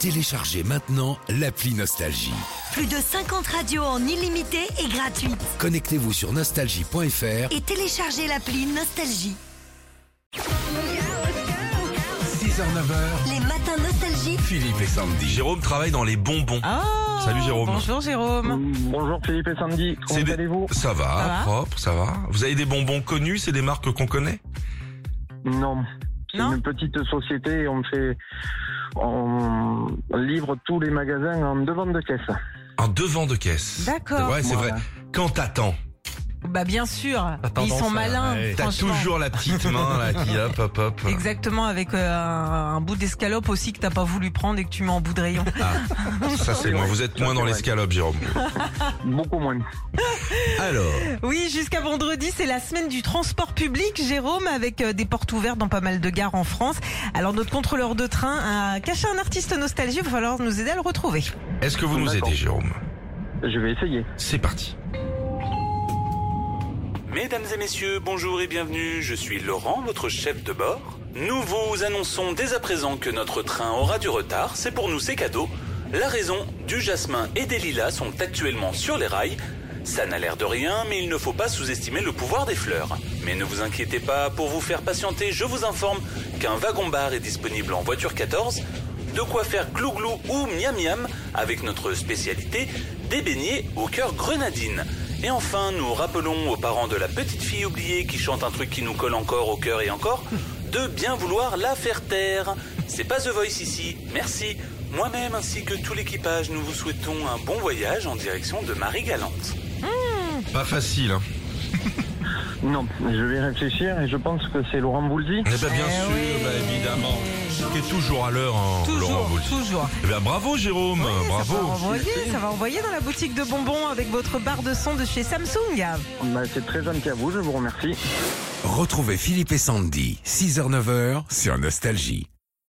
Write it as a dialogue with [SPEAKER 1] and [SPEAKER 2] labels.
[SPEAKER 1] Téléchargez maintenant l'appli Nostalgie.
[SPEAKER 2] Plus de 50 radios en illimité et gratuite.
[SPEAKER 1] Connectez-vous sur nostalgie.fr.
[SPEAKER 2] Et téléchargez l'appli Nostalgie.
[SPEAKER 1] 6h, 9h,
[SPEAKER 2] Les matins Nostalgie.
[SPEAKER 1] Philippe et Sandy.
[SPEAKER 3] Jérôme travaille dans les bonbons.
[SPEAKER 4] Ah
[SPEAKER 3] Salut, Jérôme.
[SPEAKER 4] Bonjour Jérôme.
[SPEAKER 5] Bonjour Philippe et Sandy,
[SPEAKER 3] C'est
[SPEAKER 5] comment
[SPEAKER 3] des-
[SPEAKER 5] allez-vous
[SPEAKER 3] Ça va,
[SPEAKER 4] Ça va
[SPEAKER 3] propre, ça va. Vous avez des bonbons connus, c'est des marques qu'on connaît
[SPEAKER 5] Non, c'est
[SPEAKER 4] Non
[SPEAKER 5] une petite société, on fait, on livre tous les magasins en devant de caisse.
[SPEAKER 3] En devant de caisse.
[SPEAKER 4] D'accord.
[SPEAKER 3] Ouais, c'est
[SPEAKER 5] Voilà.
[SPEAKER 3] vrai. Quand t'attends,
[SPEAKER 4] Bah bien
[SPEAKER 3] Ah,
[SPEAKER 4] sûr,
[SPEAKER 6] T'as
[SPEAKER 4] ils
[SPEAKER 6] tendance
[SPEAKER 4] sont
[SPEAKER 6] à-
[SPEAKER 4] malins.
[SPEAKER 6] ouais.
[SPEAKER 3] Eh, t'as
[SPEAKER 4] Eh. franchement.
[SPEAKER 3] toujours la petite main là qui hop hop hop.
[SPEAKER 4] Exactement, avec euh, un, un bout d'escalope aussi que t'as pas voulu prendre et que tu mets en bout de rayon.
[SPEAKER 3] Ah, ça c'est
[SPEAKER 5] C'est
[SPEAKER 3] moi.
[SPEAKER 5] vrai.
[SPEAKER 3] Vous êtes
[SPEAKER 5] Ça,
[SPEAKER 3] moins
[SPEAKER 5] c'est
[SPEAKER 3] dans
[SPEAKER 5] vrai.
[SPEAKER 3] l'escalope, Jérôme.
[SPEAKER 5] Beaucoup moins.
[SPEAKER 3] Alors,
[SPEAKER 4] oui, jusqu'à vendredi, c'est la semaine du transport public, Jérôme, avec euh, des portes ouvertes dans pas mal de gares en France. Alors notre contrôleur de train a caché un artiste nostalgique, il va falloir nous aider à le retrouver.
[SPEAKER 3] est-ce que vous nous
[SPEAKER 5] D'accord.
[SPEAKER 3] aidez, Jérôme
[SPEAKER 5] Je vais essayer.
[SPEAKER 3] C'est parti.
[SPEAKER 7] Mesdames et messieurs, bonjour et bienvenue. Je suis Laurent, votre chef de bord. Nous vous annonçons dès à présent que notre train aura du retard. C'est pour nous, c'est cadeau. La raison, du jasmin et des lilas sont actuellement sur les rails. Ça n'a l'air de rien, mais il ne faut pas sous-estimer le pouvoir des fleurs. Mais ne vous inquiétez pas, pour vous faire patienter, je vous informe qu'un wagon-bar est disponible en voiture 14. De quoi faire glouglou ou miam miam avec notre spécialité des beignets au cœur grenadine. Et enfin, nous rappelons aux parents de la petite fille oubliée qui chante un truc qui nous colle encore au cœur et encore de bien vouloir la faire taire. C'est pas The Voice ici, merci. Moi-même ainsi que tout l'équipage, nous vous souhaitons un bon voyage en direction de Marie-Galante.
[SPEAKER 3] Pas facile. Hein.
[SPEAKER 5] Non, je vais réfléchir et je pense que c'est Laurent Boulzy.
[SPEAKER 3] Eh ben, bien
[SPEAKER 4] Eh
[SPEAKER 3] sûr,
[SPEAKER 4] oui.
[SPEAKER 3] bah, évidemment. Qui est toujours à l'heure, hein, Laurent
[SPEAKER 4] Toujours,
[SPEAKER 3] Voulzy.
[SPEAKER 4] toujours.
[SPEAKER 3] Eh ben, bravo Jérôme,
[SPEAKER 4] Ouais,
[SPEAKER 3] bravo.
[SPEAKER 4] Ça va envoyer, ça va envoyer dans la boutique de bonbons avec votre barre de son de chez Samsung.
[SPEAKER 5] Bah, c'est très gentil à vous, je vous remercie.
[SPEAKER 1] Retrouvez Philippe et Sandy, 6h, 9h sur Nostalgie.